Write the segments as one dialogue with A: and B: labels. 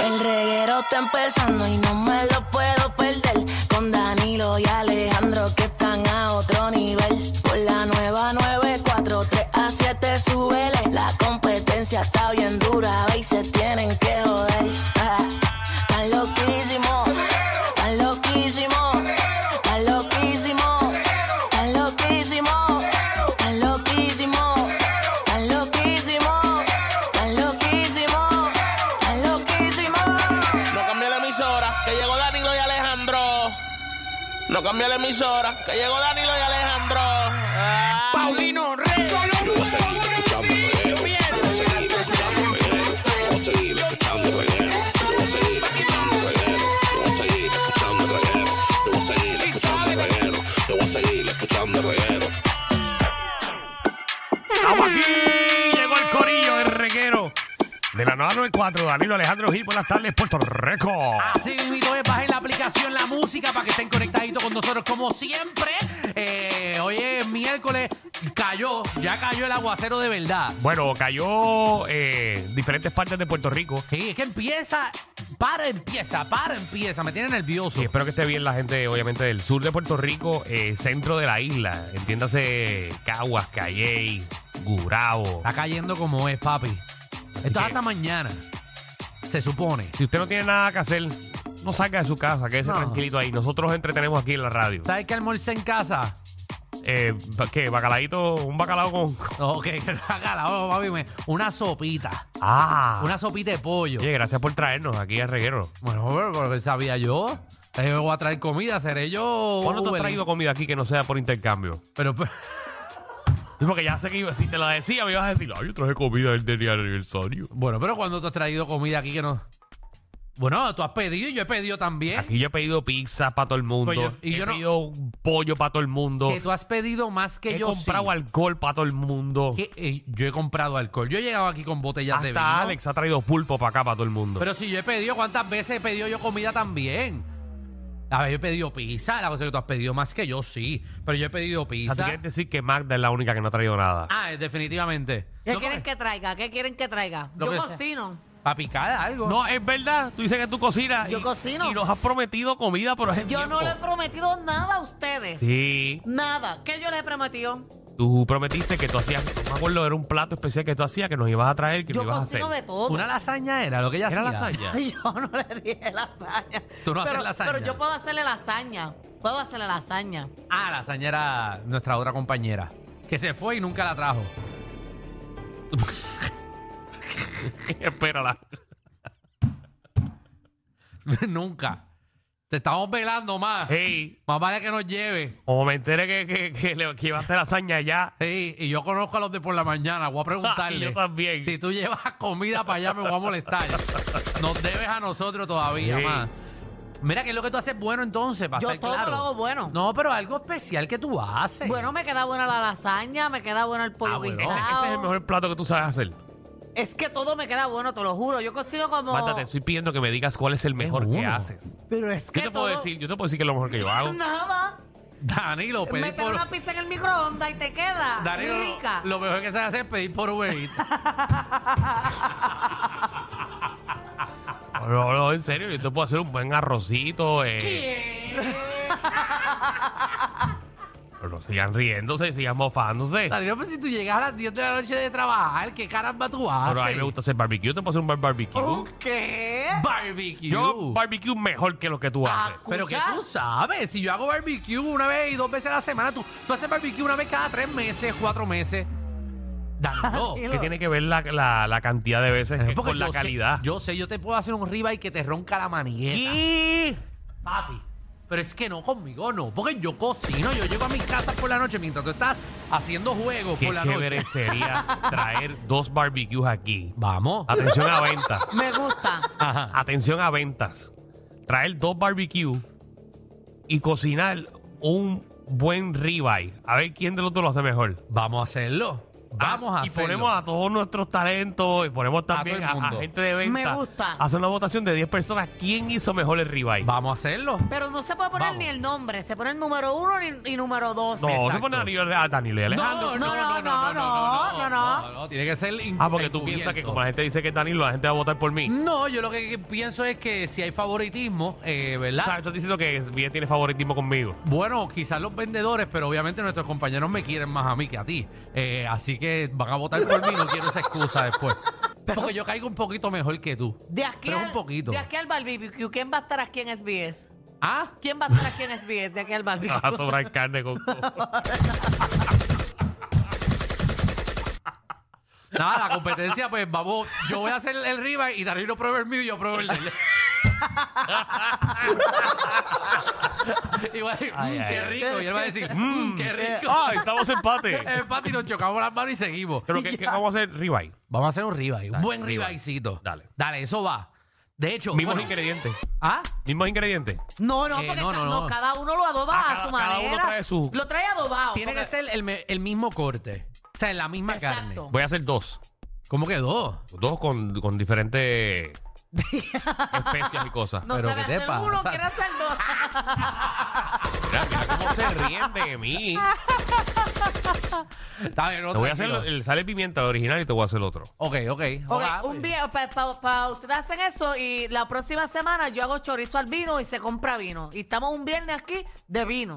A: El reguero está empezando y no me lo puedo perder. Con Danilo y Alejandro que están a otro nivel. Por la nueva 94, 3 a 7 súbele. La competencia está bien dura ve, y se tienen que joder. Ah, Están loquísimos, están loquísimos, están loquísimos, están loquísimos, están loquísimos, están loquísimos, están loquísimos, están loquísimos.
B: No cambia la emisora, que llegó Danilo y Alejandro. No cambia la emisora, que llegó Danilo y Alejandro. Ah.
C: Paulino Rey. Yo voy a seguir escuchando reguero. Yo voy a seguir escuchando reguero. Yo voy a seguir escuchando reguero. Yo voy a seguir escuchando reguero. Yo voy a seguir escuchando reguero. Yo voy a seguir escuchando reguero. Yo voy a seguir escuchando reguero.
D: Estamos aquí, llegó el corillo, el reguero. De la 994, Danilo Alejandro Gil, buenas tardes, Puerto Rico.
E: Así mismo es, bajen la aplicación La Música para que estén conectaditos con nosotros como siempre. Eh, hoy es miércoles, cayó, ya cayó el aguacero de verdad.
D: Bueno, cayó eh, en diferentes partes de Puerto Rico.
E: Sí, es que empieza, para, empieza, para, empieza, me tiene nervioso.
D: Y espero que esté bien la gente, obviamente, del sur de Puerto Rico, eh, centro de la isla. Entiéndase Caguas, Calley, Gurabo.
E: Está cayendo como es, papi. Esto es
D: que-
E: hasta mañana, se supone.
D: Si usted no tiene nada que hacer, no salga de su casa, quédese
E: No.
D: tranquilito ahí. Nosotros entretenemos aquí en la radio.
E: ¿Sabes que almorcé en casa?
D: Eh, ¿Qué? ¿Bacaladito? ¿Un bacalao con...?
E: Ok, que lo haga la- oh, papi, me- una sopita,
D: Ah.
E: una sopita de pollo.
D: Oye, gracias por traernos aquí a Reguero.
E: Bueno, pero, pero sabía yo. Eh, Yo voy a traer comida, seré yo.
D: ¿Cuándo te has
E: Uber.
D: traído comida aquí que no sea por intercambio?
E: Pero, pero-
D: Es porque ya sé que iba- si te la decía, me ibas a decir, ay, yo traje comida del día del aniversario.
E: bueno, pero cuando tú has traído comida aquí que no. Bueno, tú has pedido y yo he pedido también.
D: Aquí yo he pedido pizza para todo el mundo.
E: Pues yo- ¿Eh? y
D: he
E: yo no-
D: pedido un pollo para todo el mundo.
E: Que tú has pedido más que
D: he
E: yo.
D: comprado
E: sí.
D: alcohol para todo el mundo.
E: Que, eh, yo he comprado alcohol. Yo he llegado aquí con botellas de vino.
D: Hasta Alex ha traído pulpo para acá para todo el mundo.
E: Pero si yo he pedido, ¿cuántas veces he pedido yo comida también? A ver, yo he pedido pizza. La cosa es que tú has pedido más que yo, sí. Pero yo he pedido
D: Así
E: pizza.
D: quieres decir que este Magda es la única que no ha traído nada.
E: Ah, eh, definitivamente.
F: ¿Qué
E: No, eh.
F: quieren que traiga? ¿Qué quieren que traiga?
E: Lo
F: yo
E: que sea.
F: cocino.
E: Para picar algo.
D: No, es verdad. Tú dices que tú cocinas.
F: Yo
D: y,
F: cocino.
D: Y nos has prometido comida, pero es
F: Yo no le he prometido nada a ustedes.
D: Sí,
F: Nada. ¿Qué yo les he prometido?
D: tú prometiste que tú hacías, no me acuerdo, era un plato especial que tú hacías que nos ibas a traer, que
F: yo
D: lo ibas a hacer.
F: cocino de todo.
E: Una lasaña era lo que ella
D: ¿Era
E: hacía.
D: lasaña?
F: Yo no le dije lasaña.
E: Tú no haces
F: pero,
E: lasaña.
F: Pero yo puedo hacerle lasaña. Puedo hacerle lasaña.
E: Ah, lasaña era nuestra otra compañera. Que se fue y nunca la trajo.
D: Espérala.
E: nunca. Te estamos velando más.
D: Hey,
E: Más vale que nos lleve.
D: como me enteré que, que, que, le- que llevaste lasaña ya.
E: Sí, y yo conozco a los de por la mañana. Voy a preguntarle.
D: Y yo también.
E: Si tú llevas comida para allá, me voy a molestar. Nos debes a nosotros todavía
D: Sí.
E: más. Mira, ¿qué es lo que tú haces bueno entonces? Para
F: Yo
E: estar
F: todo
E: claro.
F: lo hago bueno.
E: No, pero algo especial que tú haces.
F: Bueno, me queda buena la lasaña, me queda bueno el pollo
E: Ah, bueno.
D: Ese, ese es el
F: guisado.
D: mejor plato que tú sabes hacer.
F: Es que todo me queda bueno, te lo juro. Yo cocino como.
D: Manda, te estoy pidiendo que me digas cuál es el mejor que
E: uno.
D: haces.
F: Pero es que.
D: Yo te puedo
F: todo-
D: decir, yo te puedo decir que es lo mejor que yo hago.
F: Nada.
E: Danilo, pedir
F: Meter
E: por...
F: una pizza en el microondas y te queda.
E: Danilo,
F: rica.
E: lo mejor que sabes hacer es pedir por Uber Eats.
D: No, no, no, en serio, yo te puedo hacer un buen arrocito. Eh. Pero no sigan riéndose, sigan mofándose.
E: Danilo, pues si tú llegas a las 10 de la noche de trabajar, ¿qué caramba tú haces?
D: Pero
F: Ah,
D: a mí me gusta hacer barbecue, yo te puedo hacer un buen barbecue.
F: Oh. ¿Qué?
E: Barbecue.
D: Yo hago barbecue mejor que lo que tú
F: Ah,
D: haces.
E: Pero que
F: Escucha.
E: tú sabes, si yo hago barbecue una vez y dos veces a la semana, tú, tú haces barbecue una vez cada tres meses, cuatro meses. Danilo.
D: ¿Qué tiene que ver la, la- la cantidad de veces que-
E: Porque
D: con la
E: yo sé-
D: calidad?
E: yo sé, yo te puedo hacer un ribeye que te ronca la manieta.
D: ¿Qué?
E: Papi. Pero es que no conmigo, no. Porque yo cocino, yo llego a mi casa por la noche mientras tú estás haciendo juegos
D: Qué
E: por la
D: chévere
E: noche.
D: sería traer dos barbecues aquí.
E: Vamos.
D: Atención a ventas.
F: Me gusta.
E: Ajá.
D: Atención a ventas. Traer dos barbecues y cocinar un buen ribeye. A ver quién de los dos lo hace mejor.
E: Vamos a hacerlo. Vamos a
D: Ah, Y
E: hacerlo.
D: ponemos a todos nuestros talentos y ponemos también
E: todo
D: a,
E: el
D: a
E: mundo.
D: gente de ventas.
F: Me gusta.
D: Hacer una votación de 10 personas. ¿Quién hizo mejor el ribeye?
E: Vamos a hacerlo.
F: Pero no se puede poner
E: Vamos.
F: ni el nombre, se pone el número uno ni- y número dos.
D: No, se
E: Exacto.
D: pone a Danilo- a Danilo y Alejandro.
F: no, no, no, no, no, no.
E: Tiene que ser
D: Ah, porque tú piensas que como la gente dice que es Danilo, la gente va a votar por mí.
E: No, yo lo que pienso es que si hay favoritismo, eh,
D: O
E: ¿verdad?
D: sea, estás diciendo que bien tiene favoritismo conmigo.
E: Bueno, quizás los vendedores, pero obviamente nuestros compañeros me quieren más a mí que a ti. Eh, así que van a votar por mí, no quiero esa excusa después. Porque yo caigo un poquito mejor que tú.
F: De aquí,
E: Pero
F: al,
E: un poquito.
F: de aquí al barbecue, ¿quién va a estar aquí en SBS?
E: ¿Ah?
F: ¿Quién va a estar aquí en SBS de aquí al barbecue?
D: Vas a sobrar carne con
E: Nada, la competencia, pues vamos. Yo voy a hacer el riba y Darino prueba el mío y yo pruebo el de él. y voy a decir,
D: Ay,
E: "Mm,
D: ay, ay.
E: qué
D: Eh,
E: rico. Y él va a decir, mmm, qué rico.
D: ¡Ay, estamos empate!
E: Empate y nos chocamos las manos y seguimos.
D: Pero que, que vamos a hacer ribeye.
E: Vamos a hacer un riba, un buen
D: ribeye.
E: ribaicito.
D: Dale.
E: Dale, eso va. De hecho,
D: Mismos
E: bueno,
D: ingredientes.
E: ¿ah?
D: Mismos ingredientes.
F: No, no,
E: Eh,
F: porque
E: no,
F: ca-
E: no,
F: no,
E: no.
F: cada uno lo adoba
D: Ah,
F: a
D: cada-
F: su
D: cada
F: manera.
D: uno trae su-
F: Lo trae adobado.
E: Tiene que
F: porque-
E: ser el, me- el mismo corte. O sea, en la misma
F: Exacto.
E: carne.
D: Voy a hacer dos.
E: ¿Cómo quedó?
D: Dos con, con diferentes especias y cosas.
F: No
E: pero
F: sabe
E: ¿qué te
F: hacer
E: pasa?
F: uno, quiere hacer dos.
D: Mira, mira cómo se ríen de mí.
E: Está bien, no,
D: Te voy a hacer
E: tranquilo.
D: el sal y pimienta el original y te voy a hacer el otro.
E: Ok, ok.
F: Ok,
E: ojalá,
F: un
E: pues.
F: día, pa, pa- pa- ustedes hacen eso y la próxima semana yo hago chorizo al vino y se compra vino. Y estamos un viernes aquí de vino.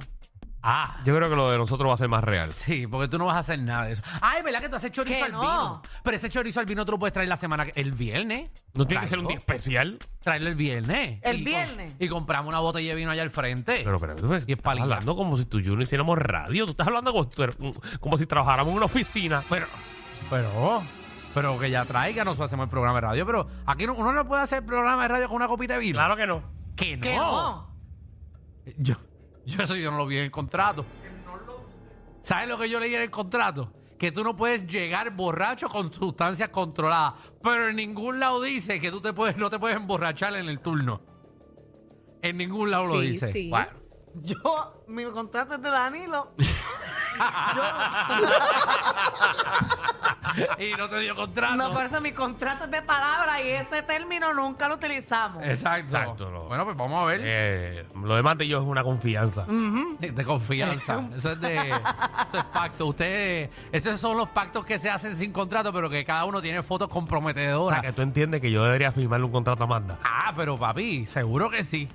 E: Ah.
D: Yo creo que lo de nosotros va a ser más real.
E: Sí, porque tú no vas a hacer nada de eso. Ay, ¿verdad que tú haces chorizo
F: Que
E: al
F: no.
E: vino? Pero ese chorizo al vino tú lo puedes traer la semana, que- el viernes.
D: ¿No tiene que ser un día
E: Traerlo.
D: especial?
E: Traerlo el viernes.
F: El
E: Y
F: viernes.
E: y compramos una botella de vino allá al frente.
D: Pero, pero, tú
E: Eh, y es
D: estás hablando como si tú y yo no hiciéramos radio. Tú estás hablando como, como si trabajáramos en una oficina. Pero,
E: Pero, pero que ya traiga, nosotros hacemos el programa de radio. Pero aquí no- uno no puede hacer el programa de radio con una copita de vino.
D: claro que no.
E: que no.
F: Que no.
E: Yo, yo eso yo no lo vi en el contrato. ¿Sabes lo que yo leí en el contrato? Que tú no puedes llegar borracho con sustancias controladas. Pero en ningún lado dice que tú te puedes, no te puedes emborrachar en el turno. En ningún lado lo
F: Sí,
E: dice.
F: sí.
E: Bueno.
F: Yo, mi contrato es de Danilo.
E: y no te dio contrato.
F: No, por eso mi contrato es de palabra y ese término nunca lo utilizamos.
E: Exacto.
D: Exacto, no.
E: Bueno, pues vamos a ver.
D: Eh, lo de Mate y yo es una confianza.
E: De confianza. Eso es de. Eso es pacto. Ustedes. Esos son los pactos que se hacen sin contrato, pero que cada uno tiene fotos
D: O sea,
E: comprometedoras.
D: que tú entiendes que yo debería firmarle un contrato a Amanda.
E: Ah, pero papi, seguro que sí.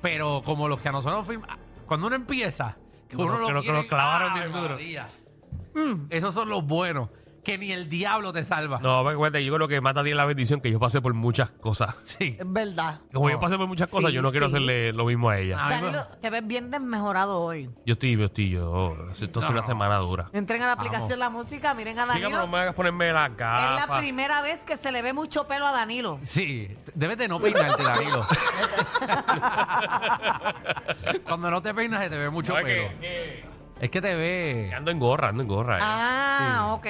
E: Pero como los que a nosotros firma- Cuando uno empieza, que
D: Como
E: uno
D: los que
E: lo
D: nos- que nos
E: quiere-
D: clavaron
E: ¡Ay,
D: bien duro!
E: María! Mm, Esos son los buenos. Que ni el diablo te salva.
D: No, me cuenta, yo creo que Mata tiene la bendición que yo pasé por muchas cosas.
E: Sí.
F: Es verdad.
D: Como
E: No.
D: yo pasé por muchas cosas,
F: Sí,
D: yo no quiero
F: sí.
D: hacerle lo mismo a ella.
E: Ah. Ay,
F: Danilo, te ves bien desmejorado hoy.
D: Yo estoy, yo estoy, yo. Esto es
E: No.
D: una semana dura.
F: Entren a la
E: Vamos.
F: aplicación La Música, miren a
D: Chica, pero no
F: Danilo.
D: me hagas ponerme la
F: Es la
D: capa.
F: primera vez que se le ve mucho pelo a Danilo.
E: Sí. Debes de no peinarte, Danilo. Cuando no te peinas, se te ve mucho
D: No, es que-
E: pelo. Es que te ve.
D: que Ando en gorra, ando en gorra. eh.
F: Ah, ok.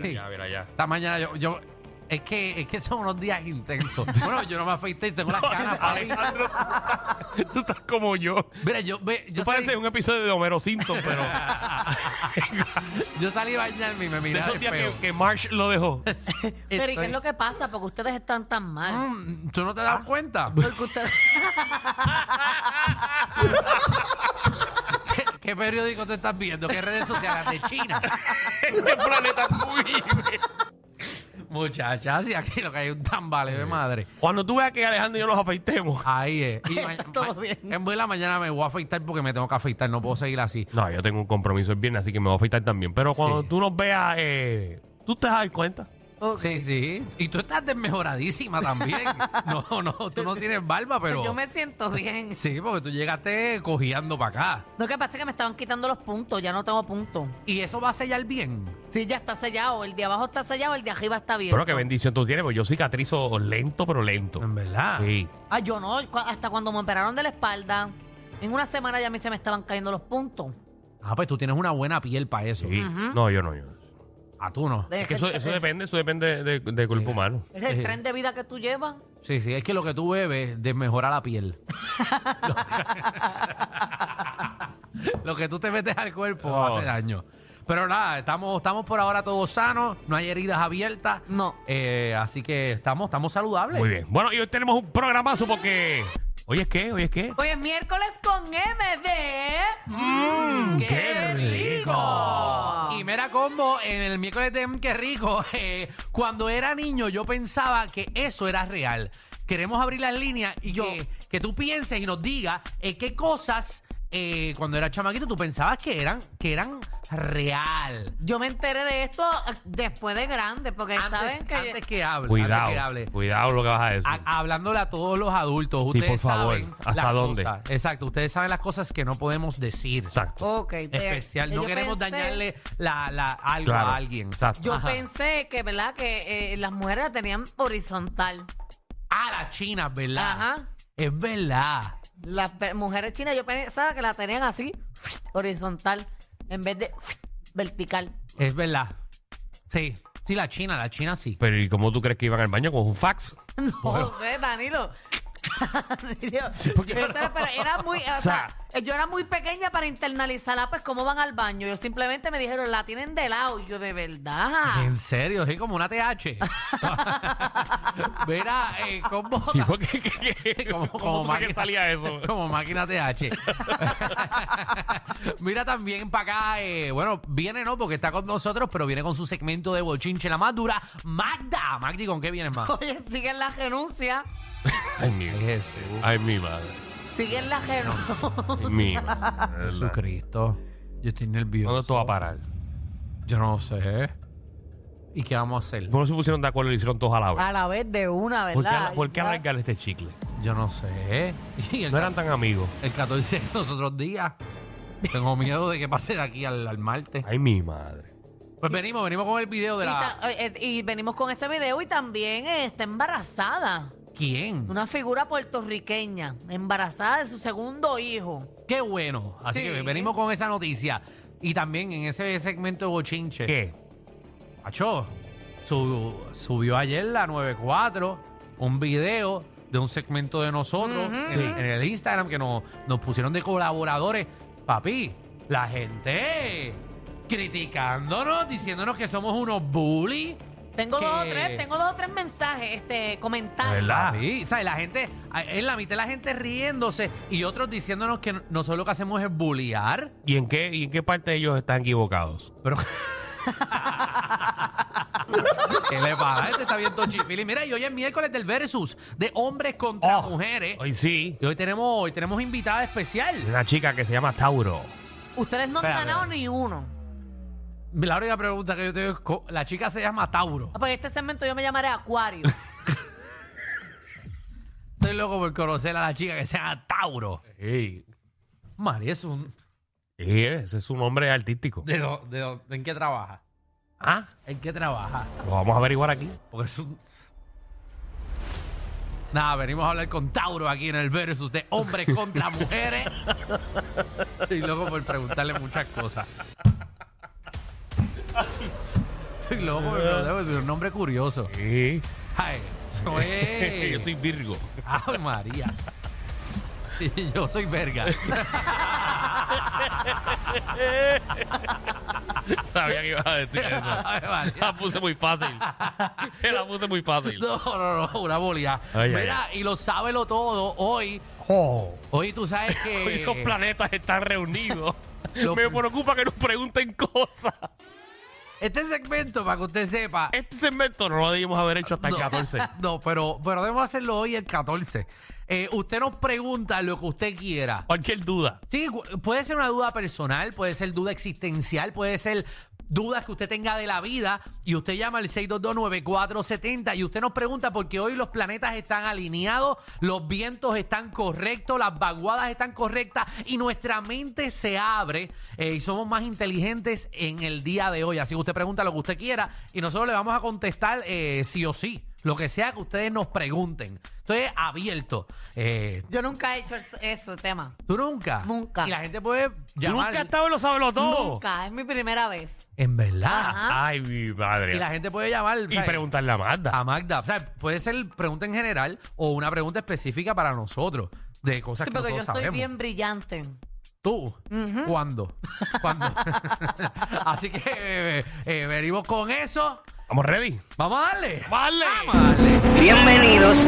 D: Mira, mira, ya.
E: Esta mañana yo, yo- es que es que son unos días intensos. bueno, yo no me afeité y tengo las canas. papi.
D: Alejandro, tú estás como yo.
E: Mira, yo ve- yo
D: Tú pareces
E: salí,
D: un episodio de Homero Simpson, pero Ah,
E: yo salí a bañarme y me
D: de
E: miraba
D: esos
E: el
D: días
E: espejo.
D: que, que Marsh lo dejó.
F: Pero ¿y qué
E: Estoy-
F: es lo Ah. que pasa? Porque ustedes están tan mal.
E: Mm, ¿Tú no te das cuenta?
F: Porque ustedes...
E: ¿Qué, qué periódico te estás viendo? ¿Qué redes sociales de China?
D: ¿En qué planeta tú vives?
E: Muchachas, y aquí lo que hay es un tambale de madre.
D: Cuando tú veas que Alejandro y yo nos afeitemos.
E: Ahí es. Y ma-
F: Todo
E: ma-
F: bien.
E: En buena mañana me voy a afeitar porque me tengo que afeitar. No puedo seguir así.
D: No, yo tengo un compromiso el viernes, así que me voy a afeitar también. Pero cuando
E: Sí.
D: tú nos veas, eh, tú te das cuenta.
F: Ok.
E: Sí, sí. Y tú estás desmejoradísima también. No, no, tú no tienes barba, pero...
F: Pues Yo me siento bien.
E: Sí, porque tú llegaste cojeando para acá.
F: Lo que pasa es que me estaban quitando los puntos, ya no tengo puntos.
E: Y eso va a sellar bien.
F: Sí, ya está sellado. El de abajo está sellado, el de arriba está bien.
D: Pero qué bendición tú tienes, porque yo cicatrizo lento, pero lento.
E: En verdad.
D: Sí.
F: Ah, yo no, cu- hasta cuando me operaron de la espalda. En una semana ya a mí se me estaban cayendo los puntos.
E: Ah, pues tú tienes una buena piel para eso.
D: Sí. No, yo no, yo. no.
E: A tú no.
D: Es que eh. eso, eso depende, eso depende de- del cuerpo humano.
F: Es
E: eh.
F: el tren de vida que tú llevas.
E: Sí, sí, es que lo que tú bebes desmejora la piel. lo, que... lo que tú te metes al cuerpo
D: No.
E: hace daño. Pero nada, estamos, estamos por ahora todos sanos, no hay heridas abiertas.
F: No.
E: Eh, así que estamos, estamos saludables.
D: Muy bien. Bueno, y hoy tenemos un programazo porque. ¿Hoy es qué? ¿Hoy es qué?
F: Hoy es miércoles con MD.
D: ¡Qué,
E: Y mira combo, en el miércoles de Mm, Qué Rico, eh, cuando era niño yo pensaba que eso era real. Queremos abrir las líneas y que, que tú pienses y nos digas eh, qué cosas eh, cuando era chamaquito tú pensabas que eran, que eran real.
F: Yo me enteré de esto ah, después de grande, porque
E: Antes,
F: saben que.
E: antes que hable. antes que
D: Cuidado.
E: hable.
D: Cuidado lo que vas a decir.
E: A- hablándole a todos los adultos,
D: Sí,
E: ustedes
D: por favor,
E: saben
D: ¿hasta
E: las
D: dónde?
E: cosas. Exacto, ustedes saben las cosas que no podemos decir.
D: Exacto.
F: Ok, pues,
E: Especial, no
F: yo
E: queremos
F: pensé-
E: dañarle la, la- algo
D: Claro.
E: a alguien.
D: Exacto.
F: Yo
E: Ajá.
F: pensé que, ¿verdad? Que eh, las mujeres la tenían horizontal.
E: Ah, las chinas, ¿verdad?
F: Ajá.
E: Es verdad.
F: Las pe- mujeres chinas, yo pensaba que la tenían así, horizontal, en vez de vertical.
E: Es verdad. Sí. Sí, la china, la china sí.
D: Pero ¿y cómo tú crees que iban al baño? ¿Con un fax?
F: No sé, Danilo. Danilo,
E: porque
F: esa
E: no.
F: era, pero era muy, o
D: O
F: sea,
D: sea,
F: yo era muy pequeña para internalizarla, pues cómo van al baño. Yo simplemente me dijeron, la tienen de lado. Y Yo, de verdad.
E: En serio, sí, como una TH. Verá, eh, ¿cómo?
D: Sí, porque ¿qué- qué-
E: como,
D: ¿cómo tú crees que salía eso?
E: Como máquina TH. Mira también para acá, eh, bueno, viene no porque está con nosotros, pero viene con su segmento de bochinche, la más dura, Magda. Magdi, ¿con qué vienes, más?
F: Oye, siguen la renuncia.
D: Ay, mi
E: Jesús.
D: Ay, mi madre.
F: Siguen la renuncia.
D: Ay, mi madre. de verdad.
E: Jesucristo. Yo estoy nervioso.
D: ¿Dónde esto va a parar?
E: Yo no sé. ¿Y qué vamos a hacer?
D: ¿Por qué no se pusieron de acuerdo y lo hicieron todos a
E: Ah,
D: la vez?
F: A la vez de una, ¿verdad?
D: ¿Por qué, ala- por qué
F: Ya.
D: alargar este chicle?
E: Yo no sé. Y el,
D: No eran tan amigos.
E: el 14 de los otros días. Tengo miedo de que pase de aquí al, al martes.
D: Ay, mi madre.
E: Pues venimos, venimos con el video de
F: Y,
E: la.
F: ta- eh, eh, y venimos con ese video y también eh, está embarazada.
E: ¿Quién?
F: Una figura puertorriqueña, embarazada de su segundo hijo.
E: Qué bueno. Así
F: Sí.
E: que venimos con esa noticia. Y también en ese segmento de Bochinche.
D: ¿Qué?
E: Acho, su- subió ayer la 94 un video de un segmento de nosotros en, en el Instagram que nos, nos pusieron de colaboradores. Papi, la gente criticándonos, diciéndonos que somos unos bullies.
F: Tengo
E: que-
F: dos o tres, tengo dos o tres mensajes, este, comentarios.
D: ¿Verdad?
E: Papi, ¿sabes? La gente, en la mitad de la gente riéndose y otros diciéndonos que nosotros lo que hacemos es bullear.
D: ¿Y en qué, y en qué parte de ellos están equivocados?
E: Pero. ¿Qué le pasa? Este está bien tochifili. Mira, y hoy es miércoles del versus de hombres contra
D: Oh,
E: mujeres.
D: Hoy sí.
E: Y hoy tenemos, hoy tenemos invitada especial.
D: Una chica que se llama Tauro.
F: Ustedes no han
E: Espera,
F: ganado
E: espera.
F: ni uno.
E: La única pregunta que yo tengo es: ¿co- ¿la chica se llama Tauro?
F: Ah, Pues este segmento yo me llamaré Acuario.
E: Estoy loco por conocer a la chica que se llama Tauro.
D: Sí.
E: María, es un.
D: Sí, ese es su nombre artístico.
E: ¿De, dó- de, dó- ¿En qué trabaja?
D: Ah,
E: ¿En qué trabaja?
D: lo vamos a averiguar aquí.
E: Porque es un. Nada, venimos a hablar con Tauro aquí en el versus de hombres contra mujeres. y loco por preguntarle muchas cosas. Estoy loco por preguntarle, es un nombre curioso.
D: Sí.
E: Ay, soy.
D: Yo soy Virgo.
E: Ay, María. Y Yo soy verga.
D: Sabía que ibas a decir eso. Ah, pues,
E: Ay, María.
D: La puse muy fácil. La puse muy fácil.
E: No, no, no, una bolia.
D: Ay, ay,
E: Mira, y lo sábelo todo. Hoy,
D: Oh.
E: hoy tú sabes que.
D: Hoy los planetas están reunidos.
E: Eh. Lo-
D: Me preocupa que nos pregunten cosas.
E: Este segmento, para que usted sepa.
D: Este segmento no lo debimos haber hecho hasta el
E: No,
D: 14.
E: No, pero, pero debemos hacerlo hoy el 14. Eh, usted nos pregunta lo que usted quiera.
D: Cualquier duda.
E: Sí, cu- puede ser una duda personal, puede ser duda existencial, puede ser dudas que usted tenga de la vida y usted llama al 6229470 y usted nos pregunta porque hoy los planetas están alineados, los vientos están correctos, las vaguadas están correctas y nuestra mente se abre eh, y somos más inteligentes en el día de hoy. Así que usted pregunta lo que usted quiera y nosotros le vamos a contestar eh, sí o sí, lo que sea que ustedes nos pregunten. Entonces esto es abierto. Eh,
F: Yo nunca he hecho es- ese tema.
E: ¿Tú nunca?
F: Nunca.
E: Y la gente puede llamar.
D: Nunca he estado en los sabelotodos.
F: Nunca, es mi primera vez.
E: En verdad. Ah,
F: Ajá.
D: Ah. Ay, mi
E: Y
D: madre.
E: la gente puede llamar.
D: Y
E: ¿sabes?
D: preguntarle a Magda.
E: a Magda. O sea, puede ser pregunta en general o una pregunta específica para nosotros de cosas
F: Sí,
E: que
F: porque
E: nosotros
F: yo soy
E: sabemos.
F: bien brillante.
E: ¿Tú? ¿Cuándo? ¿Cuándo? Así que eh, eh, venimos con eso.
D: Vamos ready.
E: ¡Vamos a darle!
D: Vale.
E: ¡Vamos a darle!
A: Bienvenidos